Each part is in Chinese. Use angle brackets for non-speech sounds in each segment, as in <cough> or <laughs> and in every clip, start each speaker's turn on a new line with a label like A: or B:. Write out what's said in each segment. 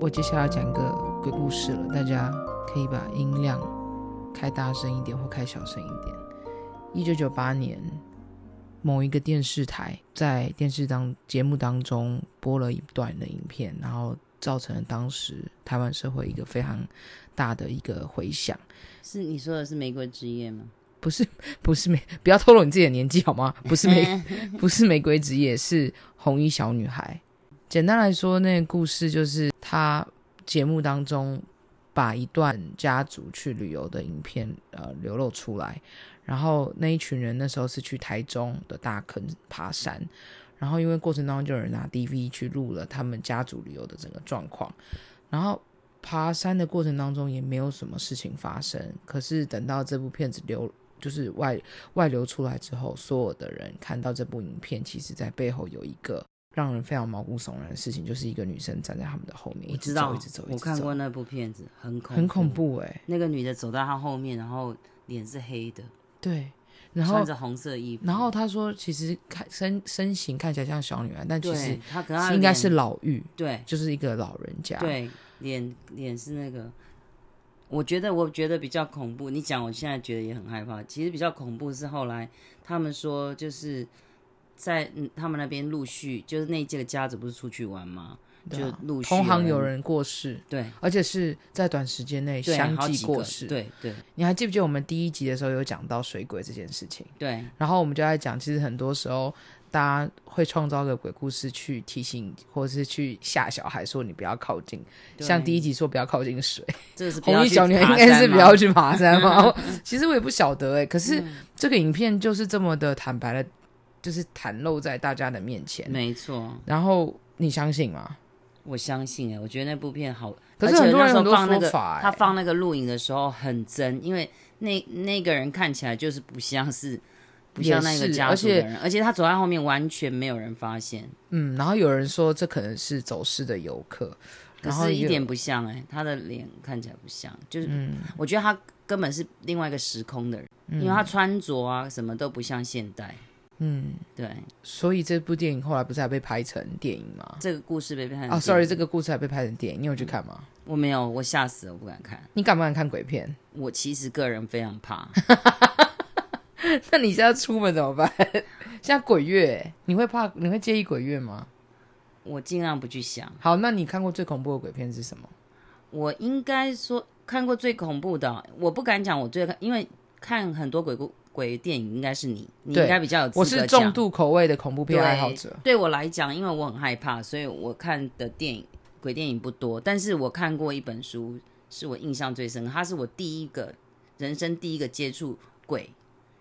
A: 我接下来要讲一个鬼故事了，大家可以把音量开大声一点或开小声一点。一九九八年，某一个电视台在电视当节目当中播了一段的影片，然后造成了当时台湾社会一个非常大的一个回响。
B: 是你说的是《玫瑰之夜》吗？
A: 不是 <laughs> 不是玫，不要透露你自己的年纪好吗？ <laughs> 不是玫不是玫瑰之夜，是红衣小女孩。简单来说，那个故事就是她节目当中把一段家族去旅游的影片呃流露出来，然后那一群人那时候是去台中的大坑爬山，然后因为过程当中就有人拿 DV 去录了他们家族旅游的整个状况，然后爬山的过程当中也没有什么事情发生，可是等到这部片子流就是外外流出来之后，所有的人看到这部影片，其实在背后有一个让人非常毛骨悚然的事情，就是一个女生站在他们的后面，
B: 我
A: 一直
B: 知
A: 走，
B: 道
A: 一直走，，一
B: 我
A: 直
B: 看
A: 走
B: 过那部片子，很恐
A: 很恐。怖哎、
B: 那个女的走到他后面，然后脸是黑的，
A: 对，然后
B: 穿着红色衣服，
A: 然后他说，其实看身身形看起来像小女孩，但其实
B: 对她可能她的
A: 应该
B: 脸
A: 是老妪，
B: 对
A: 就是一个老人家，，
B: 对脸脸是那个。我觉得，我觉得比较恐怖。你讲，我现在觉得也很害怕。其实比较恐怖是后来他们说，就是在嗯他们那边陆续，就是那一届的家族不是出去玩吗？
A: 对啊
B: 就陆续
A: 同行
B: 有
A: 有
B: 人
A: 人过世，
B: 对
A: 而且是在短时间内
B: 对，
A: 相
B: 好
A: 继
B: 几
A: 过
B: 个
A: 世。
B: 对对
A: 你还记不记得我们第一集的时候有讲到水鬼这件事情？
B: 对
A: 然后我们就在讲，其实很多时候大家会创造个鬼故事去提醒，或者是去吓小孩说你不要靠近，
B: 对，
A: 像第一集说不要靠近水，
B: 这个是不
A: 红
B: 要
A: 衣
B: 去
A: 小女孩
B: 爬
A: 应该
B: 山嗯
A: 是不
B: 嘛
A: 要去爬山
B: <laughs>
A: 嘛。其实我也不晓得哎、可是这个影片就是这么的坦白的，就是袒露在大家的面前。
B: 没错，
A: 然后你相信吗？
B: 我相信哎、我觉得那部片好，
A: 可是
B: 而且
A: 很多
B: 那
A: 人
B: 时候
A: 很多
B: 放那个
A: 说法欸
B: 他放那个录影的时候很真，因为那那个人看起来就是不像是不像那
A: 也
B: 个
A: 是
B: 家
A: 而
B: 族的
A: 且
B: 人，而且他走在后面完全没有人发现，
A: 嗯，然后有人说这可能是走失的游客，
B: 可
A: 然后
B: 是一
A: 有
B: 点不像哎、他的脸看起来不像，就是、我觉得他根本是另外一个时空的人，因为他穿着啊什么都不像现代，
A: 嗯，
B: 对，
A: 所以这部电影后来不是还被拍成电影吗？
B: 这个故事被拍成
A: 啊，sorry，这
B: 个
A: 个故事还被拍成电影，你
B: 嗯
A: 有去看吗？
B: 我没有，我吓死了，我不敢看，
A: 你敢不敢看鬼片？ <laughs>
B: 我其实个人非常 <laughs> 怕。
A: 那你现在出门怎么办？ <laughs> 现在鬼月欸，你会怕？你会介意鬼月吗？
B: 我尽量不去想。
A: 好，那你看过最恐怖的鬼片是什么？
B: 我应该说看过最恐怖的，我不敢讲我最，因为看很多鬼故鬼电影应该是你，你
A: 对
B: 应该比较有资格
A: 我是重
B: 讲
A: 度口味的恐怖片爱好者。
B: 对。对我来讲，因为我很害怕，所以我看的电影鬼电影不多，但是我看过一本书，是我印象最深，它是我第一个人生第一个接触鬼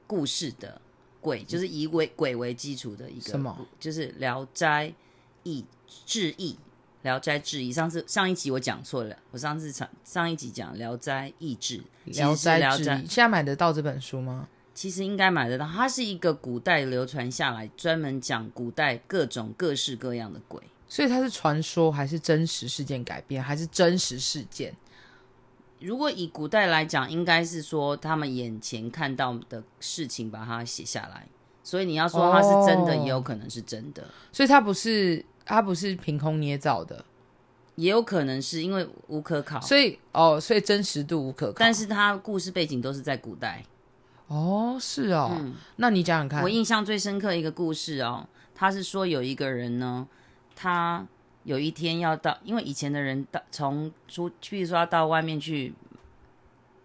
B: 故事的鬼，就是以鬼鬼为基础的一个
A: 什么
B: 故，就是《聊斋义志异》。《聊斋志异》上次上一集我讲错了，我上次上上一集讲《聊斋异志》，其实是
A: 聊斋
B: 聊
A: 志异》
B: 斋
A: 现在买得到这本书吗？
B: 其实应该买得到。它是一个古代流传下来，专门讲古代各种各式各样的鬼。
A: 所以它是传说还是真实事件改编，还是真实事件？
B: 如果以古代来讲，应该是说他们眼前看到的事情把它写下来，所以你要说它是真的，
A: 哦
B: 也有可能是真的，
A: 所以它不是它不是凭空捏造的，
B: 也有可能是因为无可考。
A: 所以哦，所以真实度无可考。
B: 但是它故事背景都是在古代。
A: 哦，是哦，那你讲讲看
B: 嗯我，印象最深刻一个故事哦，他是说有一个人呢，他有一天要到，因为以前的人到从出，譬如说要到外面去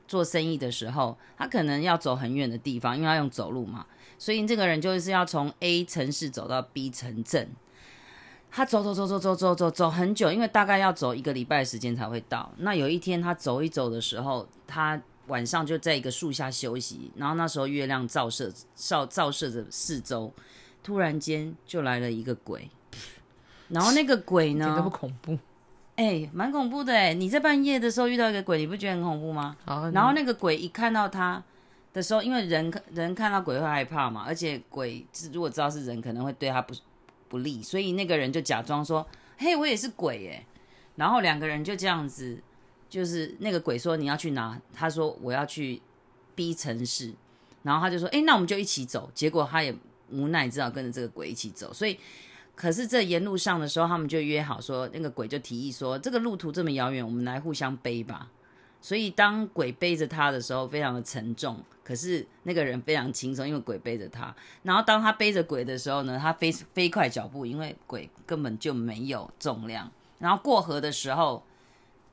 B: 做生意的时候，他可能要走很远的地方，因为要用走路嘛，所以这个人就是要从 A 城市走到 B 城镇。他走走走走走走走走很久，因为大概要走一个礼拜的时间才会到。那有一天他走一走的时候，他晚上就在一个树下休息，然后那时候月亮照射照照射着四周，突然间就来了一个鬼，然后那个鬼
A: 一点都不
B: 呢，
A: 恐怖
B: 哎，蛮恐怖的哎！你在半夜的时候遇到一个鬼，你不觉得很恐怖吗？
A: 啊。
B: 然后那个鬼一看到他的时候，因为人人看到鬼会害怕嘛，而且鬼是如果知道是人，可能会对他不不利，所以那个人就假装说：“嘿，我也是鬼耶。”然后两个人就这样子，就是那个鬼说：“你要去哪？”他说：“我要去 B 城市。”然后他就说：“哎，那我们就一起走。”结果他也无奈，只好跟着这个鬼一起走。所以可是这沿路上的时候，他们就约好说，那个鬼就提议说，这个路途这么遥远，我们来互相背吧。所以当鬼背着他的时候，非常的沉重，可是那个人非常轻松，因为鬼背着他。然后当他背着鬼的时候呢，他飞飞快脚步，因为鬼根本就没有重量。然后过河的时候，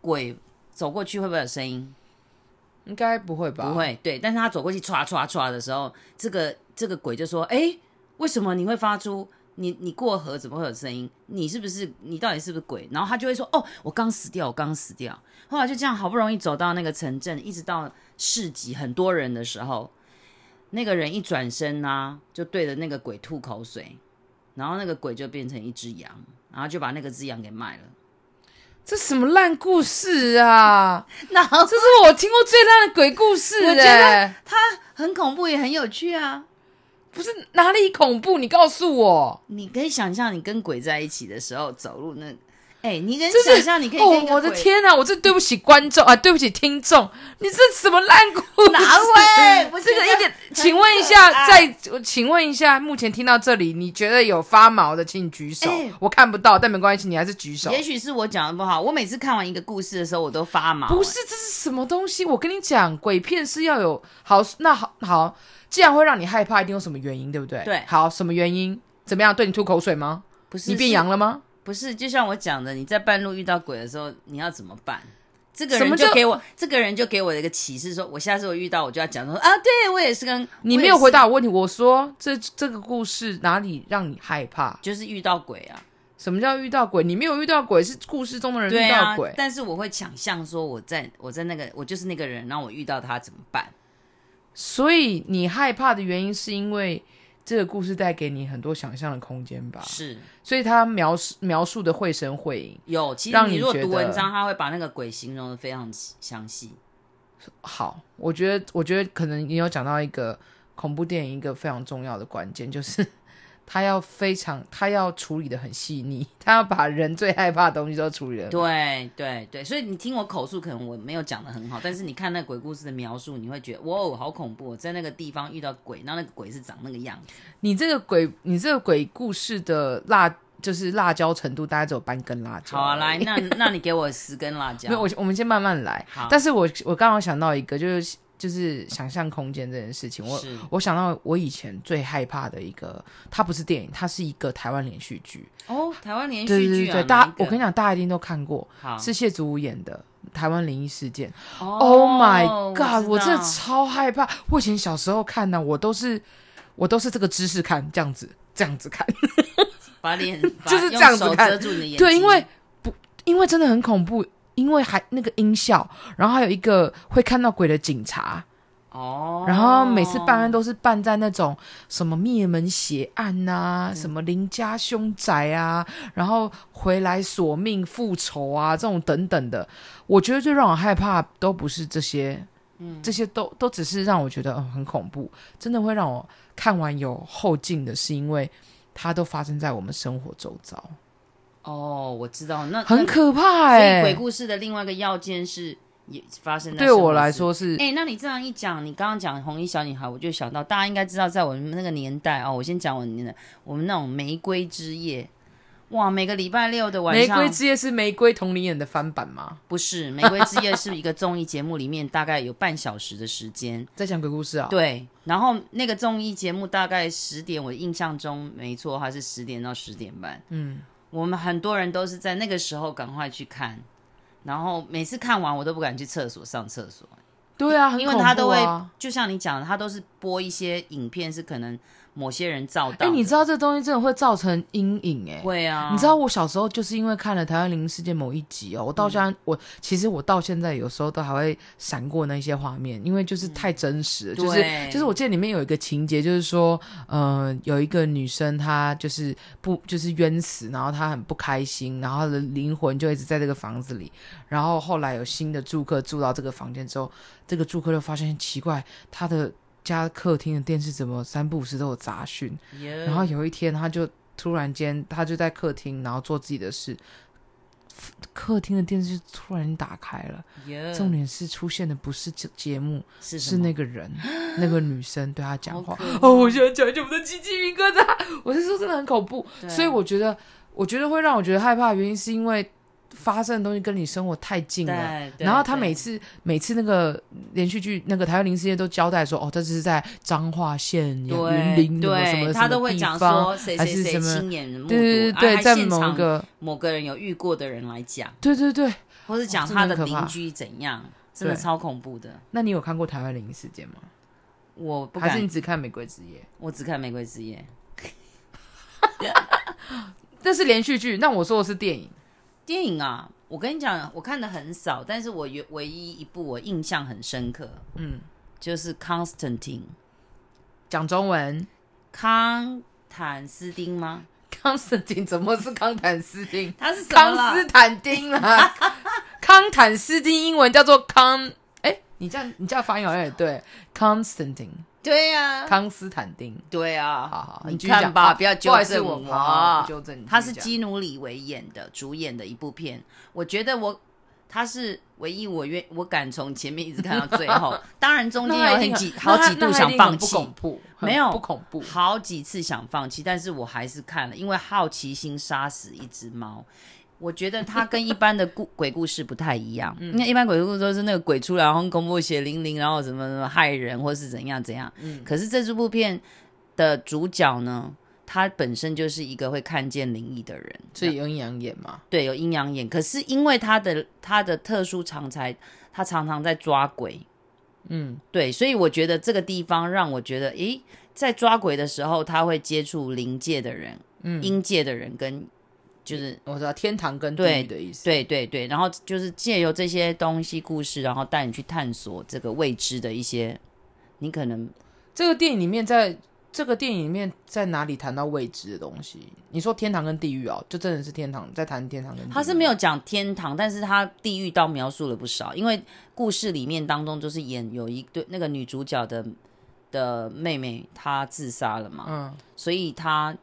B: 鬼走过去会不会有声音？
A: 应该不会吧？
B: 不，会，对。但是他走过去唰唰唰的时候，这个这个鬼就说：“哎，为什么你会发出？你你过河怎么会有声音？你是不是你到底是不是鬼？”然后他就会说：“哦，我刚死掉，我刚死掉。”后来就这样好不容易走到那个城镇，一直到市集很多人的时候，那个人一转身啊，就对着那个鬼吐口水，然后那个鬼就变成一只羊，然后就把那个只羊给卖了。 <laughs>
A: 这什么烂故事啊！
B: 然后
A: 这是我听过最烂的鬼故事、欸。
B: 我觉得他很恐怖，也很有趣啊。
A: 不是哪里恐怖，你告诉我。
B: 你可以想象你跟鬼在一起的时候走路那，哎、你跟
A: 这
B: 想
A: 是
B: 象你可以跟一
A: 哦
B: 个，鬼、
A: 我的，天啊！我这对不起观众啊，对不起听众，你这什么烂故事？
B: 哪位我觉
A: <laughs> 这个
B: 得
A: 一点，
B: 很
A: 请问一下
B: 可，爱
A: 在请问一下，目前听到这里，你觉得有发毛的，请举手。
B: 哎
A: 我看不到，但没关系，你还是举手。
B: 也许是我讲的不好。我每次看完一个故事的时候，我都发毛、
A: 不是，这是什么东西？我跟你讲，鬼片是要有好，那好好，既然会让你害怕，一定有什么原因，对不对？
B: 对
A: 好，什么原因？怎么样？对你吐口水吗？
B: 哎不是
A: 你变羊
B: 了？
A: 了吗？
B: 不是，就像我讲的，你在半路遇到鬼的时候，你要怎么办？这个
A: 什
B: 人
A: 么
B: 就
A: 叫
B: 给我，这个人就给我一个启示说我下次我遇到我就要讲说啊，对我也是跟
A: 你
B: 我
A: 没
B: 也
A: 有
B: 是
A: 回答我问题。我说这这个故事哪里让你害怕？
B: 就是遇到鬼啊，
A: 什么叫遇到鬼？你没有遇到鬼，是故事中的人
B: 对
A: 遇
B: 啊
A: 到鬼。，
B: 但是我会想象说我在我在那个我就是那个人，然后我遇到他怎么办？
A: 所以你害怕的原因是因为这个故事带给你很多想象的空间吧？
B: 是。
A: 所以他描述描述的绘声绘影。
B: 有，其实
A: 让
B: 你
A: 你
B: 如果
A: 觉
B: 读
A: 得
B: 文章，他会把那个鬼形容的非常详细。
A: 好，我觉得，我觉得可能你有讲到一个恐怖电影一个非常重要的关键，就是 <laughs> 它要非常，它要处理的很细腻，它要把人最害怕的东西都处理的。
B: 对对对，所以你听我口述，可能我没有讲的很好，但是你看那个鬼故事的描述，你会觉得哇哦，好恐怖！我在那个地方遇到鬼，那那个鬼是长那个样子。
A: 你这个鬼，你这个鬼故事的辣，就是辣椒程度，大概只有半根辣椒。
B: 好啊，来，。那那你给我十根辣椒
A: 没。有，我我们先慢慢来
B: 好。
A: 但是我我刚刚想到一个，就是就是想象空间这件事情，我
B: 是
A: 我想到我以前最害怕的一个，它不是电影，它是一个台湾连续剧。
B: 哦，台湾连
A: 对
B: 续
A: 对
B: 剧
A: 对
B: 啊，
A: 对，大家我跟你讲，大家一定都看过，
B: 讲，好
A: 是谢祖武演的《台湾灵异事件》。
B: 啊哦
A: Oh my
B: 知
A: god！我真的
B: 道
A: 超害怕。我以前小时候看呢、我都是我都是这个姿势看，这样子这样子看。
B: 把脸
A: <laughs> 就是这样子
B: 把用手
A: 看
B: 遮住你的眼睛，
A: 对，因为不因为真的很恐怖，因为还那个音效，然后还有一个会看到鬼的警察，
B: 哦，
A: 然后每次办案都是办在那种什么灭门血案
B: 嗯
A: 啊，什么邻家凶宅啊，然后回来索命复仇啊，这种等等的。我觉得最让我害怕都不是这些，
B: 嗯
A: 这些都都只是让我觉得、嗯、很恐怖，真的会让我看完有后劲的，是因为它都发生在我们生活周遭，
B: 哦，我知道，那
A: 很
B: 那
A: 可怕
B: 所
A: 哎、
B: 以鬼故事的另外一个要件是也发生在
A: 对
B: 生活
A: 我来
B: 之
A: 说是
B: 哎、那你这样一讲，你刚刚讲红衣小女孩，我就想到大家应该知道，在我们那个年代哦，我先讲我们的我们那种玫瑰之夜，哇，每个礼拜六的晚
A: 玫
B: 上，
A: 瑰之夜》是玫瑰同林演的翻版吗？
B: 不是玫瑰之夜是一个综艺节目，里面大概有半小时的时间，
A: 在讲鬼故事啊、
B: 对，然后那个综艺节目大概十点，我印象中没错，它是十点到十点半。嗯，我们很多人都是在那个时候赶快去看，然后每次看完我都不敢去厕所上厕所，
A: 对啊，很
B: 因为
A: 恐
B: 他都
A: 怖
B: 会
A: 啊，
B: 就像你讲的，他都是播一些影片，是可能某些人照到
A: 哎、
B: 的。
A: 你知道这东西真的会造成阴影哎、
B: 会啊？
A: 你知道我小时候就是因为看了《台湾灵异事件》某一集哦，我到
B: 嗯
A: 现在、我其实我到现在有时候都还会闪过那些画面，因为就是太真实了，就是
B: 嗯对
A: 就是我记得里面有一个情节，就是说，呃，有一个女生她就是不就是冤死，然后她很不开心，然后她的灵魂就一直在这个房子里，然后后来有新的住客住到这个房间之后，这个住客就发现奇怪，她的家客厅的电视怎么三不五时都有杂讯，
B: 耶
A: 然后有一天，他就突然间，他就在客厅，然后做自己的事，客厅的电视就突然打开了。
B: 耶
A: 重点是出现的不是这节目，
B: 嗯是什
A: 是
B: 么
A: 那个
B: <gasps>
A: 人，那个女生对他讲话
B: 好可。怕
A: 哦，我现在讲一讲我的鸡鸡皮疙瘩， <laughs> 我是说真的很恐怖。
B: 对
A: 所以我觉得，我觉得会让我觉得害怕的原因，是因为发生的东西跟你生活太近了。
B: 对对
A: 然后他
B: 对
A: 每次每次那个连续剧那个台湾零事件都交代说，哦，这是在彰化县云
B: 对
A: 林什么什么什
B: 对，他
A: 么
B: 都会
A: 地
B: 讲
A: 方
B: 说谁
A: 还
B: 谁
A: 是
B: 谁
A: 什么
B: 亲眼目睹，
A: 对对对
B: 啊
A: 对，
B: 还
A: 在
B: 现
A: 某
B: 场
A: 一个
B: 某个人有遇过的人来讲，
A: 对对对。
B: 或是讲
A: 哦真的
B: 他
A: 很
B: 的
A: 可怕
B: 邻居怎样，真的
A: 对
B: 超恐怖的。
A: 那你有看过台湾灵异事件吗？
B: 我不
A: 还是
B: 敢
A: 你，只看《玫瑰之夜》？
B: 我只看《玫瑰之夜
A: 那是连续剧，那我说的是电影。》
B: 电影啊。我跟你讲，我看的很少，但是我有唯一一部我印象很深刻，
A: 嗯，
B: 就是《Constantine》
A: 讲中文。 <laughs>
B: 康坦斯丁吗？
A: 康斯坦怎么是康坦斯
B: <laughs>
A: 丁？
B: 他是什么
A: 康斯
B: 啦？
A: 坦丁啦， <laughs> 康坦斯丁英文叫做康。哎、你这样你这样发音好像也对，Constantine，
B: 对呀、
A: 康斯坦丁。
B: 对啊，
A: 好好，
B: 你
A: 继续讲
B: 看吧，
A: 好
B: 不要纠
A: 好意思
B: 正
A: 我，
B: 我
A: 好好我纠正你。
B: 他是
A: 继续
B: 基努里维演的主演的一部片，我觉得我他是唯一我愿我敢从前面一直看到
A: <laughs>
B: 最后，当然中
A: 讲
B: 间
A: 那
B: 有
A: 他一定
B: 很几
A: 很
B: 好几
A: 那他
B: 度想放
A: 那他一定很
B: 弃
A: 不恐，怖，很
B: 没有
A: 不恐怖。
B: 好几次想放弃，但是我还是看了，因为好奇心杀死一只猫。我觉得它跟一般的故 <laughs> 鬼故事不太一样，
A: 嗯
B: 因为一般鬼故事都是那个鬼出来，然后公布血淋淋，然后什么什么害人，或是怎样怎样。
A: 嗯
B: 可是这部片的主角呢，他本身就是一个会看见灵异的人，
A: 所以有阴阳眼嘛？
B: 对，有阴阳眼。可是因为他的他的特殊常才，他常常在抓鬼，
A: 嗯，
B: 对，所以我觉得这个地方让我觉得，诶，在抓鬼的时候，他会接触灵界的人、
A: 嗯
B: 阴界的人跟，就是
A: 我知道天堂跟地
B: 对
A: 狱的意思。
B: 对对对，然后就是借由这些东西故事，然后带你去探索这个未知的一些，你可能
A: 这个电影里面在，这个电影里面在哪里谈到未知的东西？你说天堂跟地狱哦，就真的是天堂在谈天堂跟地狱
B: 他是没有讲天堂，但是他地狱倒描述了不少，因为故事里面当中就是演有一对那个女主角的的妹妹她自杀了嘛，
A: 嗯
B: 所以他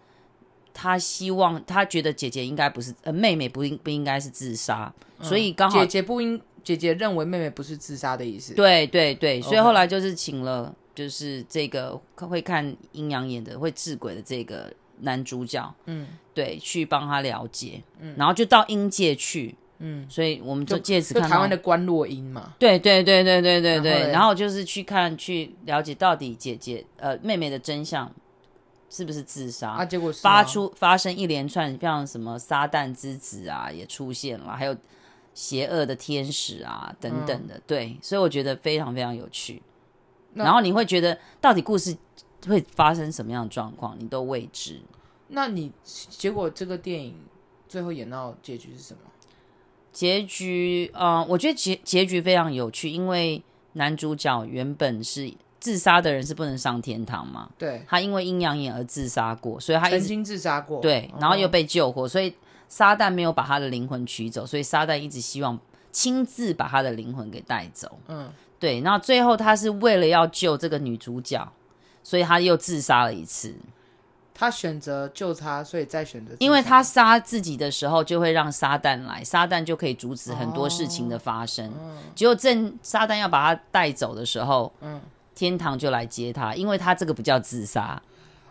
B: 他希望他觉得姐姐应该不是呃妹妹不应不应该是自杀，所以刚
A: 嗯
B: 好
A: 姐姐不应姐姐认为妹妹不是自杀的意思。，
B: 对对对，所以
A: OK
B: 后来就是请了就是这个会看阴阳眼的会治鬼的这个男主角，
A: 嗯
B: 对，去帮他了解，然后就到阴界去，
A: 嗯，
B: 所以我们就
A: 就
B: 借此
A: 就
B: 看
A: 台
B: 到
A: 湾的关洛音嘛。
B: 对对对对对
A: 然
B: 对
A: 后
B: 对，
A: 嘞
B: 然后就是去看去了解到底姐姐呃妹妹的真相是不是自杀
A: 啊，结果是吗
B: 发出发生一连串像什么撒旦之子啊也出现了，还有邪恶的天使啊等等的，对，所以我觉得非常非常有趣。
A: 嗯那
B: 然后你会觉得到底故事会发生什么样的状况，你都未知。
A: 那你结果这个电影最后演到结局是什么？
B: 结局，呃，我觉得结结局非常有趣，因为男主角原本是自杀的人是不能上天堂嘛，
A: 对，
B: 他因为阴阳眼而自杀过，所以他一
A: 曾
B: 直
A: 经自杀过。
B: 对，然后又
A: 哦
B: 被救活，所以撒旦没有把他的灵魂取走，所以撒旦一直希望亲自把他的灵魂给带走。
A: 嗯
B: 对，然后最后他是为了要救这个女主角，所以他又自杀了一次。
A: 他选择救他，所以再选择自杀，
B: 因为他杀自己的时候，就会让撒旦来，撒旦就可以阻止很多事情的
A: 哦
B: 发生。只有正撒旦要把他带走的时候，
A: 嗯
B: 天堂就来接他，因为他这个不叫自杀，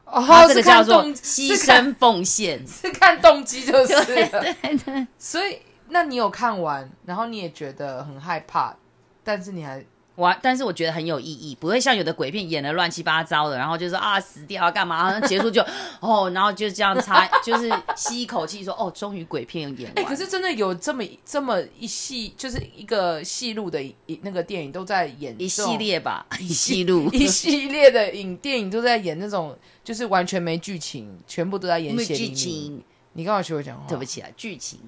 A: 哦
B: 他这个
A: 是看
B: 叫做
A: 动
B: 牺
A: 是看
B: 牲奉献。
A: 是看动 <laughs> 机就是了。
B: 对对。
A: 所以，那你有看完，然后你也觉得很害怕，但是你还
B: 我但是我觉得很有意义，不会像有的鬼片演的乱七八糟的，然后就说啊死掉啊干嘛， <laughs> 然后结束就哦，然后就这样擦，就是吸一口气说哦，终于鬼片演
A: 哎、
B: 完。
A: 可是真的有这么一这么一系，就是一个戏路的一一那个电影都在演这
B: 一系
A: 种
B: 列吧，一系路
A: 一系列 <laughs> 的影电影都在演那种就是完全没剧情，全部都
B: <laughs>
A: 在演
B: 没
A: 血
B: 剧
A: 淋淋。
B: 情，
A: 你刚好学我讲话，
B: 对不起啊，剧情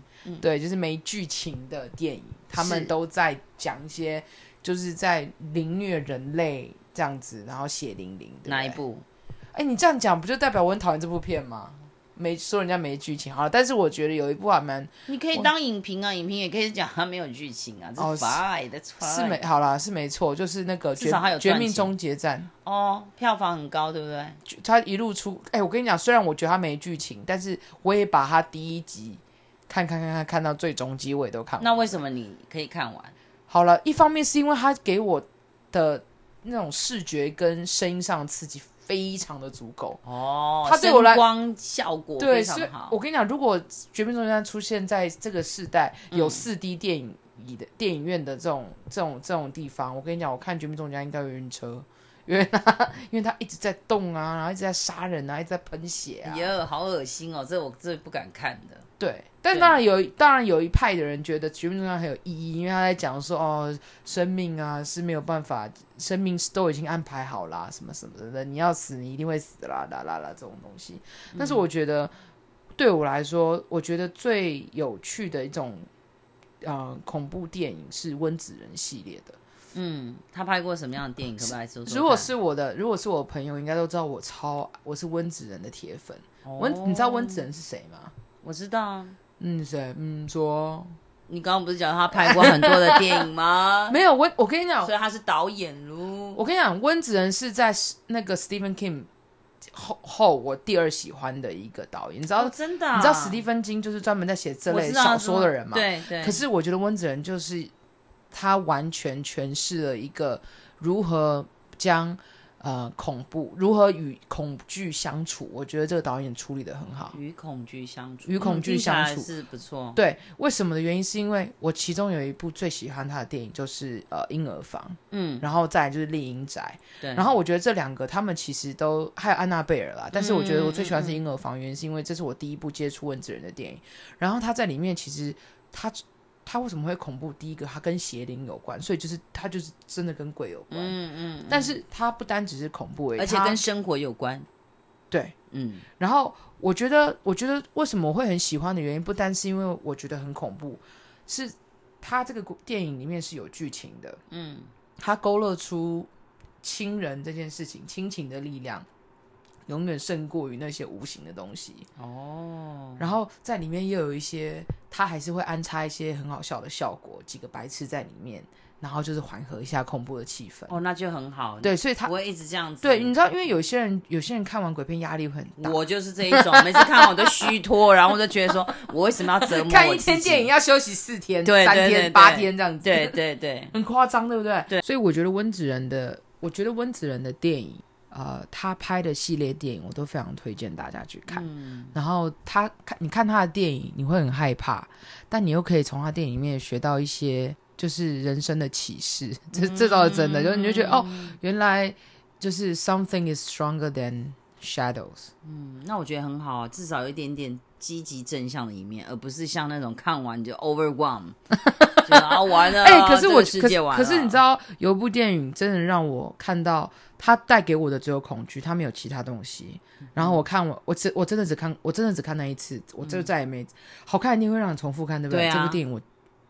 A: 对，就是没剧情的电影，他们
B: 是
A: 都在讲一些就是在凌虐人类这样子，然后血淋淋。对不
B: 哪一
A: 对
B: 部？
A: 哎、你这样讲不就代表我很讨厌这部片吗？没说人家没剧情好了，但是我觉得有一部还蛮
B: 你可以当影评啊，影评也可以讲它没有剧情啊，这
A: 哦
B: f
A: 是
B: i n e
A: 是没好啦，是没错，就是那个
B: 至
A: 绝
B: 少它有
A: 绝
B: 赚
A: 命
B: 钱
A: 终结战，
B: 哦，票房很高，对不对？
A: 就它一路出。哎、我跟你讲，虽然我觉得它没剧情，但是我也把它第一集看看看看看到最终结尾都看完。
B: 那为什么你可以看完？
A: 好了，一方面是因为它给我的那种视觉跟声音上的刺激非常的足够。
B: 哦，
A: 它对我来
B: 声光效果
A: 对，
B: 非
A: 所
B: 常
A: 以
B: 好
A: 我。跟你讲，如果《绝命终结站》出现在这个世代有四 D 电影椅的、电影院的这种、这种、这种地方，我跟你讲，我看《绝命终结站》应该会晕车，因为它 <laughs> 因为它一直在动啊，然后一直在杀人啊，一直在喷血啊。
B: 耶、哎好恶心哦！这我这不敢看的。
A: 对，但
B: 对
A: 当然有，当然有一派的人觉得《绝命终结站》很有意义，因为他在讲说，哦，生命啊是没有办法，生命是都已经安排好啦，什么什么的，你要死，你一定会死啦，啦啦啦这种东西。但是我觉得，对我来说，我觉得最有趣的一种，呃，恐怖电影是温子仁系列的。
B: 嗯，他拍过什么样的电影？可不可以来说说看？
A: 如果是我的，如果是我朋友，应该都知道我超我是温子仁的铁粉。
B: 哦
A: 温，你知道温子仁是谁吗？
B: 我知道啊。
A: 嗯，谁？嗯，说
B: 你刚刚不是讲他拍过很多的电影吗？
A: <laughs> 没有温，我跟你讲
B: 所，以他是导演喽。
A: 我跟你讲，温子仁是在那个 Stephen King 后后我第二喜欢的一个导演。你知道，
B: 哦真的啊、
A: 你知道史蒂芬金就是专门在写这
B: 我
A: 类
B: 知道啊
A: 小说的人嘛？
B: 对对。
A: 可是我觉得温子仁就是他完全诠释了一个如何将呃恐怖如何与恐惧相处，我觉得这个导演处理的很好。
B: 与恐惧相处，
A: 与恐惧相处
B: 嗯听起来是不错。
A: 对，为什么的原因是因为我其中有一部最喜欢他的电影就是呃《婴儿房》，
B: 嗯，
A: 然后再来就是《丽婴宅》，
B: 对。
A: 然后我觉得这两个他们其实都还有安娜贝尔啦，但是我觉得我最喜
B: 嗯
A: 欢是《婴儿房》，原因是因为这是我第一部接触温子仁的电影。然后他在里面其实他他为什么会恐怖？第一个他跟邪灵有关，所以就是他就是真的跟鬼有关。
B: 嗯嗯，
A: 但是他不单只是恐怖而已，
B: 而且
A: 它
B: 跟生活有关。
A: 对。
B: 嗯，
A: 然后我觉得，我觉得为什么我会很喜欢的原因，不单是因为我觉得很恐怖，是他这个故电影里面是有剧情的。嗯，他勾勒出亲人这件事情，亲情的力量永远胜过于那些无形的东西。
B: 哦，
A: 然后在里面又有一些，他还是会安插一些很好笑的效果，几个白痴在里面，然后就是缓和一下恐怖的气氛。
B: 哦，那就很好。，
A: 对，所以他
B: 不会一直这样子。
A: 对，你知道，因为有些人有些人看完鬼片压力会很大。
B: 我就是这一种，每次看完我都虚脱，然后我就觉得说，我为什么要折磨
A: <laughs>
B: 我
A: 看一天
B: 自己
A: 电影？要休息四天、
B: 对
A: 三
B: 对对
A: 天、
B: 对
A: 八天这样子，
B: 对，对对，
A: 很夸张，对不对？
B: 对。
A: 所以我觉得温子仁的，我觉得温子仁的电影，呃，他拍的系列电影，我都非常推荐大家去看。
B: 嗯
A: 然后他看，你看他的电影，你会很害怕，但你又可以从他电影里面学到一些，就是人生的启示。 <laughs> 这这倒是
B: 嗯
A: 真的，就是你就觉得哦，原来就是 something is stronger than shadows。
B: 嗯那我觉得很好啊，至少有一点点积极正向的一面，而不是像那种看完就 overwhelm，就 <laughs> 啊完了，
A: 哎、可是
B: 这个
A: 我
B: 世
A: 可
B: 界
A: 是
B: 完
A: 可是你知
B: 了，
A: 道，有一部电影真的让我看到，它带给我的只有恐惧，它没有其他东西。
B: 嗯
A: 然后我看我我只我真的只看我真的只看那一次，我就再也没、好看，一定会让你重复看，对不
B: 嗯对啊
A: 这部电影我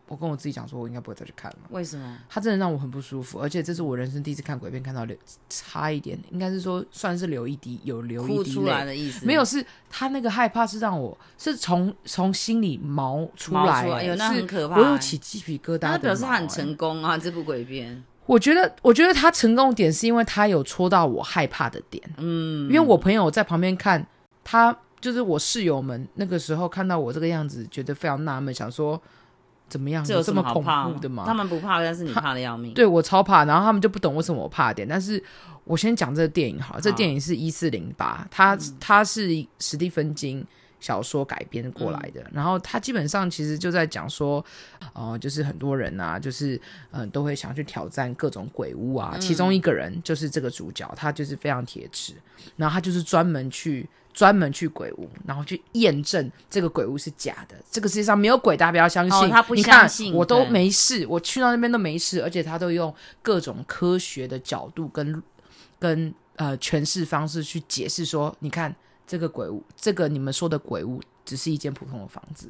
A: 我跟我自己讲说，我应该不会再去看了。
B: 为什么？
A: 它真的让我很不舒服，而且这是我人生第一次看鬼片，看到流差一点，应该是说算是流一滴有流一
B: 哭
A: 滴
B: 出来
A: 泪，
B: 的意思
A: 没有是他那个害怕是让我是从从心里毛出
B: 冒
A: 来、
B: 出来，有那
A: 是
B: 很可怕、
A: 我有
B: 欸。
A: 起鸡皮疙瘩的毛、
B: 那表示他
A: 欸
B: 很成功啊，这部鬼片。
A: 我觉得，我觉得他成功的点是因为他有戳到我害怕的点，
B: 嗯，
A: 因为我朋友在旁边看，他就是我室友们那个时候看到我这个样子，觉得非常纳闷，想说怎么样
B: 这有
A: 啊这
B: 什
A: 么
B: 好
A: 恐
B: 怕
A: 怖的吗？
B: 他们不怕，但是你怕的要命。
A: 对我超怕，然后他们就不懂为什么我怕的点。但是我先讲这个电影好了，这
B: 好
A: 电影是一四零
B: 嗯
A: 八，它它是史蒂芬金小说改编过来的。然后它基本上其实就在讲说，哦、就是很多人啊，就是嗯、呃都会想去挑战各种鬼屋啊。其
B: 嗯
A: 中一个人就是这个主角，他就是非常铁齿，然后他就是专门去。专门去鬼屋，然后去验证这个鬼屋是假的，这个世界上没有鬼，大家不要相信。
B: 哦他不
A: 你看
B: 相信
A: 我都
B: 对
A: 没事，我去到那边都没事，而且他都用各种科学的角度跟跟呃诠释方式去解释说，你看这个鬼屋，这个你们说的鬼屋只是一间普通的房子。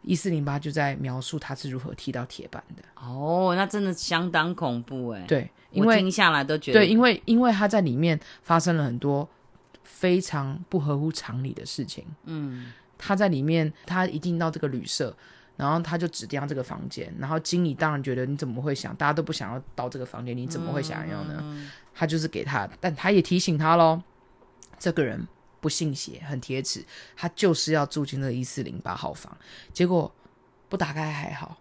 A: 一四零八就在描述他是如何踢到铁板的，
B: 哦，那真的相当恐怖哎、
A: 对，因
B: 我
A: 为
B: 听下来都觉得
A: 对，因为因为他在里面发生了很多非常不合乎常理的事情。嗯，他在里面，他一进到这个旅社，然后他就指定要这个房间，然后经理当然觉得你怎么会想，大家都不想要到这个房间，
B: 嗯
A: 你怎么会想要呢？他就是给他，但他也提醒他喽，这个人不信邪，很铁齿，他就是要住进那一四零八号房。结果不打开还好，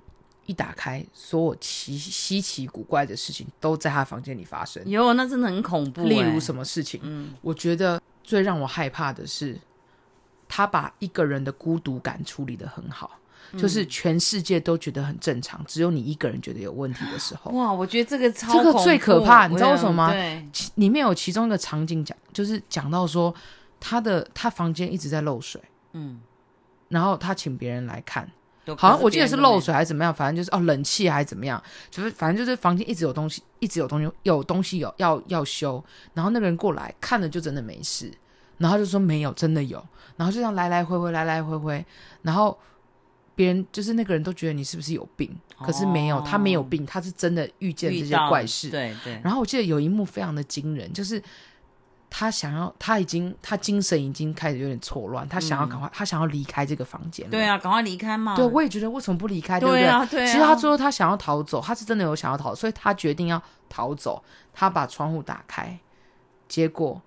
A: 一打开，所有奇稀奇古怪的事情都在他房间里发生。
B: 有那真的很恐怖、
A: 例如什
B: 么？
A: 么事情，
B: 嗯，
A: 我觉得最让我害怕的是，他把一个人的孤独感处理得很好。
B: 嗯
A: 就是全世界都觉得很正常，只有你一个人觉得有问题的时候，
B: 哇，我觉得这个超
A: 这个
B: 恐
A: 最
B: 怖
A: 可怕
B: 我
A: 你知道为什么吗
B: 对，
A: 其里面有其中一个场景讲，就是讲到说他的他房间一直在漏水，
B: 嗯，
A: 然后他请别人来看，
B: 都
A: 好像
B: 可
A: 我记得
B: 别人
A: 是
B: 都没
A: 漏水还是怎么样，反正就是哦冷气还是怎么样，就是反正就是房间一直有东西，一直有东西有东西有要要修，然后那个人过来看了就真的没事，然后他就说没有真的有，然后就这样来来回回来来回回，然后。别人就是那个人都觉得你是不是有病，可是没有，
B: 哦
A: 他没有病，他是真的遇见这
B: 遇
A: 些
B: 到
A: 怪事。
B: 对对，
A: 然后我记得有一幕非常的惊人，就是他想要，他已经他精神已经开始有点错乱，他想要赶快，他想要离开这个房间。
B: 嗯对。啊，赶快离开嘛。
A: 对，我也觉得为什么不离开，对不
B: 对
A: 对？
B: 啊，对啊。
A: 其实他最后他想要逃走，他是真的有想要逃，所以他决定要逃走。他把窗户打开，结果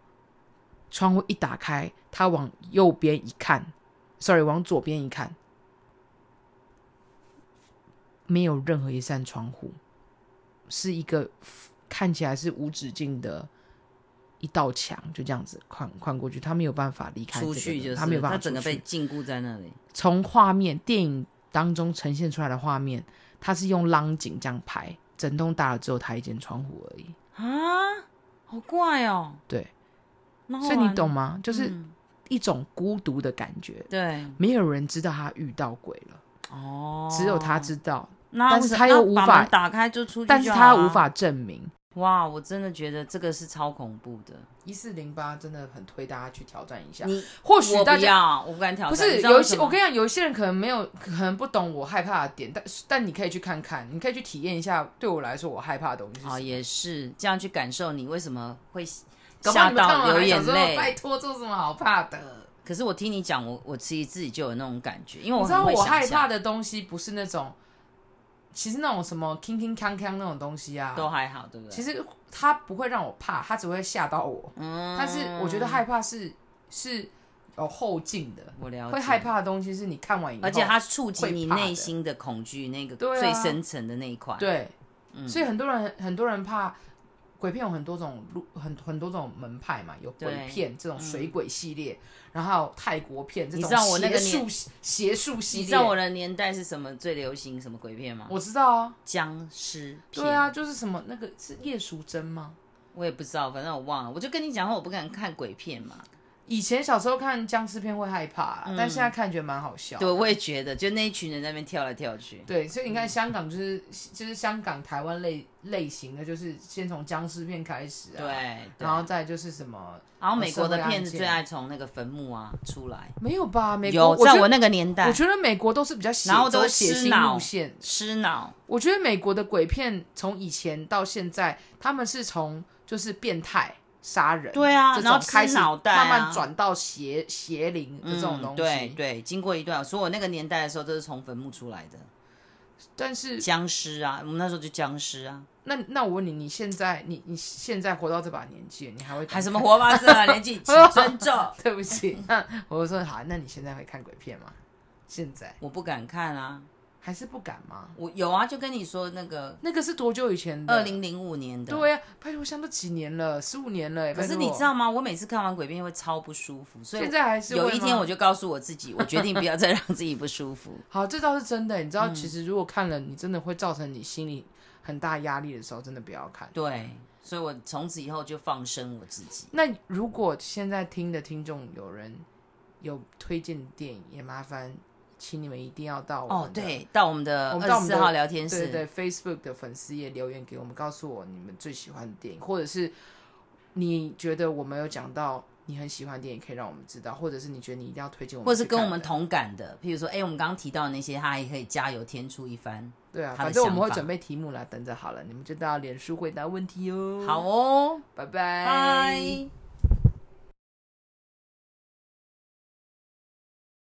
A: 窗户一打开，他往右边一看，sorry，往左边一看，没有任何一扇窗户，是一个看起来是无止境的。一道墙就这样子跨跨过去，他没有办法离开这个
B: 出
A: 人，
B: 去就是
A: 他没有办法出
B: 整个
A: 去
B: 被禁锢在那里。
A: 从画面电影当中呈现出来的画面，它是用浪景这样拍，整栋大楼只有它一间窗户而已。
B: 啊，好怪哦。
A: 对，
B: 然后
A: 所以你
B: 完
A: 懂吗？就是
B: 哦嗯
A: 一种孤独的感觉，
B: 对
A: 没有人知道他遇到鬼了，
B: 哦，
A: 只有他。知道，
B: 那
A: 但
B: 为
A: 是
B: 什么
A: 他又
B: 那
A: 无
B: 把
A: 法
B: 门打开就啊出去，
A: 但是他无。法证明。
B: 哇，我真的觉得这个是超恐怖的。
A: 一四零八真的很推大家去挑战一下，
B: 你
A: 或许
B: 我
A: 大
B: 不
A: 家。
B: 要，我不敢挑
A: 不
B: 战。
A: 是
B: 你知道
A: 有
B: 为
A: 一
B: 什
A: 些，
B: 么
A: 我跟你讲，有一些人可能没有，可能不懂我害怕的点，但但你可以去看看，你可以去体验一下。对我来说，我害怕的东西是什么
B: 啊，也是这样去感受你为什么会
A: 搞不好
B: 吓
A: 你们看
B: 到
A: 完
B: 流
A: 还
B: 眼
A: 想说拜
B: 泪。
A: 托，做什么好怕的？
B: 可是我听你讲，我我自己自己就有那种感觉，因为我
A: 你知
B: 很
A: 道
B: 会
A: 我
B: 想
A: 害怕
B: 象
A: 的东西不是那种，其实那种什么铿铿锵锵那种东西啊，
B: 都还好，对不对？
A: 其实它不会让我怕，它只会吓到我。
B: 嗯
A: 但是我觉得害怕是是有后劲的，
B: 我了解，
A: 会害，怕的东西是你看完以后，
B: 而且它触及
A: 会
B: 你
A: 怕的
B: 内心的恐惧，那个
A: 对啊
B: 最深层的那一块。，
A: 对，啊
B: 嗯
A: 所以很多人很多人怕。鬼片有很多种路，很很多种门派嘛，有鬼
B: 对嗯
A: 片这种水鬼系列，然后还有泰国片这
B: 你
A: 种
B: 知道我那个
A: 邪
B: 年
A: 术邪术系列。
B: 你知道我的年代是什么最流行什么鬼片吗？
A: 我知道啊，
B: 僵尸片。
A: 对，啊，就是什么那个是叶淑珍吗？
B: 我也不知道，反正我忘了。我就跟你讲话，我不敢看鬼片嘛。
A: 以前小时候看僵尸片会害怕啊、
B: 嗯
A: 但现在看觉得蛮好笑。
B: 对，我也嗯觉得，就那一群人在那边跳来跳去。
A: 对，所以你看香港就是就是香港台湾类类型的，就是先从僵尸片开始啊，
B: 对，，对
A: 然后再就是什么
B: 然后美国的
A: 社会案
B: 片子
A: 件
B: 最爱从那个坟墓啊出来，
A: 没有吧？美国
B: 有在
A: 觉得
B: 我那个年代
A: 我觉得美国都是比较血
B: 然后都
A: 走血
B: 吃
A: 腥
B: 脑
A: 路线。
B: 吃脑，
A: 我觉得美国的鬼片从以前到现在，他们是从就是变态杀人，
B: 对啊
A: 这
B: 然后
A: 种
B: 吃
A: 开始
B: 脑袋啊
A: 慢慢转到邪邪灵的这种东西。
B: 嗯对对，经过一段，所以我那个年代的时候都是从坟墓出来的
A: 但是，
B: 僵尸啊，我们那时候就僵尸啊，
A: 那那我问你，你现在你你现在活到这把年纪，你还会
B: 还什么？活八字啊，年纪请尊重，
A: <laughs>
B: <laughs>
A: 对不起， <laughs> 那我说好，那你现在会看鬼片吗？现在
B: 我不敢看啊，
A: 还是不敢吗？
B: 我有啊，就跟你说那个
A: 那个是多久以前的？
B: 二零零五年的，
A: 对呀、啊拜托，像都几年了，十五年了耶。
B: 可是
A: 拜托
B: 你知，道吗？我每次看完鬼片会超不舒服，所以
A: 现在还是会吗
B: 有一天我就告诉我自己，我决定不要再让自己不舒服。 <laughs>
A: 好，这倒是真的。你知
B: 嗯
A: 道，其实如果看了，你真的会造成你心里很大压力的时候，真的不要看。
B: 对，所以我从此以后就放生我自己。
A: 那如果现在听的听众有人有推荐的电影，也麻烦请你们一定要到我
B: 哦，
A: 们的
B: 对，到我们的
A: 我们到
B: 二
A: 我们
B: 十四
A: 的
B: 号聊天
A: 对
B: 室，
A: 对 Facebook 的粉丝也留言给我们，告诉我你们最喜欢的电影，或者是你觉得我们有讲到你很喜欢的电影，可以让我们知道，或者是你觉得你一定要推荐我们
B: 或是
A: 去
B: 跟
A: 看
B: 我们
A: 的
B: 同感的，譬如说，哎、我们刚刚提到的那些，他也可以加油添醋一番。
A: 对啊，
B: 他的
A: 反正我们
B: 想
A: 会
B: 法
A: 准备题目啦，等着好了，你们就到脸书回答问题哦。
B: 好，哦，
A: 拜拜。
B: 拜。